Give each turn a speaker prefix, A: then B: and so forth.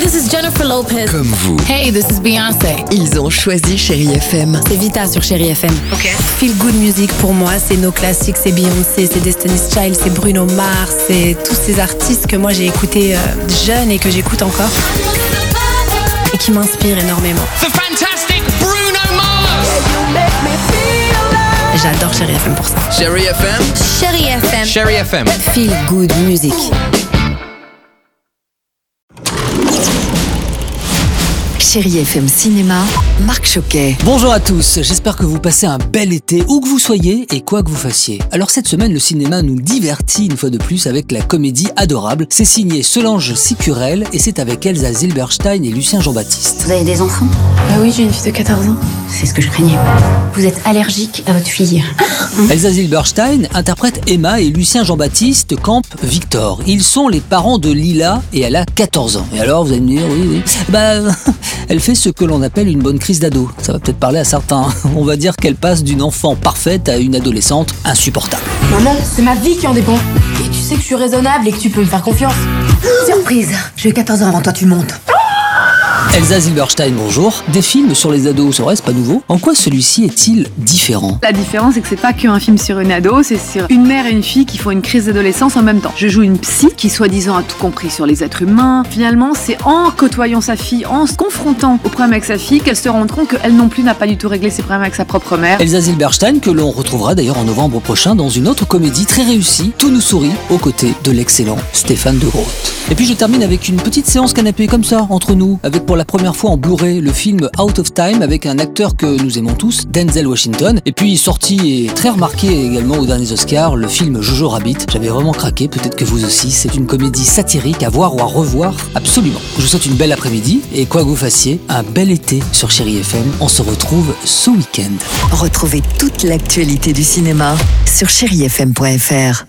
A: this is Jennifer Lopez.
B: Comme vous,
C: Hey, this is Beyoncé.
D: Ils ont choisi Chérie FM.
E: C'est Vita sur Chéri FM.
D: Ok.
E: Feel Good Music pour moi, c'est nos classiques, c'est Beyoncé, c'est Destiny's Child, c'est Bruno Mars, c'est tous ces artistes que moi j'ai écoutés euh, jeune et que j'écoute encore et qui m'inspirent énormément.
C: The fantastic Bruno Mars.
E: J'adore Chéri FM pour ça.
B: Chérie FM,
E: Chéri FM.
B: Chérie FM.
D: Feel Good Music. Chérie FM Cinéma, Marc Choquet.
F: Bonjour à tous, j'espère que vous passez un bel été où que vous soyez et quoi que vous fassiez. Alors cette semaine, le cinéma nous divertit une fois de plus avec la comédie adorable. C'est signé Solange Sicurel et c'est avec Elsa Zilberstein et Lucien Jean-Baptiste.
G: Vous avez des enfants
H: Bah oui, j'ai une fille de 14 ans.
G: C'est ce que je craignais. Vous êtes allergique à votre fille.
F: Elsa Zilberstein interprète Emma et Lucien Jean-Baptiste camp Victor. Ils sont les parents de Lila et elle a 14 ans. Et alors vous allez me dire, oui, oui, bah elle fait ce que l'on appelle une bonne crise d'ado. Ça va peut-être parler à certains. On va dire qu'elle passe d'une enfant parfaite à une adolescente insupportable.
H: Maman, c'est ma vie qui en dépend. Et tu sais que je suis raisonnable et que tu peux me faire confiance.
G: Surprise J'ai eu 14 ans avant toi, tu montes.
F: Elsa Zilberstein, bonjour. Des films sur les ados, ça reste pas nouveau. En quoi celui-ci est-il différent
I: La différence, c'est que c'est pas qu'un film sur une ado, c'est sur une mère et une fille qui font une crise d'adolescence en même temps. Je joue une psy qui, soi-disant, a tout compris sur les êtres humains. Finalement, c'est en côtoyant sa fille, en se confrontant aux problèmes avec sa fille, qu'elles se rendront qu'elle non plus n'a pas du tout réglé ses problèmes avec sa propre mère.
F: Elsa Zilberstein, que l'on retrouvera d'ailleurs en novembre prochain dans une autre comédie très réussie, Tout nous sourit, aux côtés de l'excellent Stéphane de Groot. Et puis je termine avec une petite séance canapé comme ça, entre nous, avec pour la première fois en Blu-ray le film Out of Time avec un acteur que nous aimons tous, Denzel Washington. Et puis sorti et très remarqué également aux derniers Oscars, le film Jojo Rabbit. J'avais vraiment craqué, peut-être que vous aussi. C'est une comédie satirique à voir ou à revoir, absolument. Je vous souhaite une belle après-midi et quoi que vous fassiez, un bel été sur Chéri FM. On se retrouve ce week-end.
D: Retrouvez toute l'actualité du cinéma sur chérifm.fr.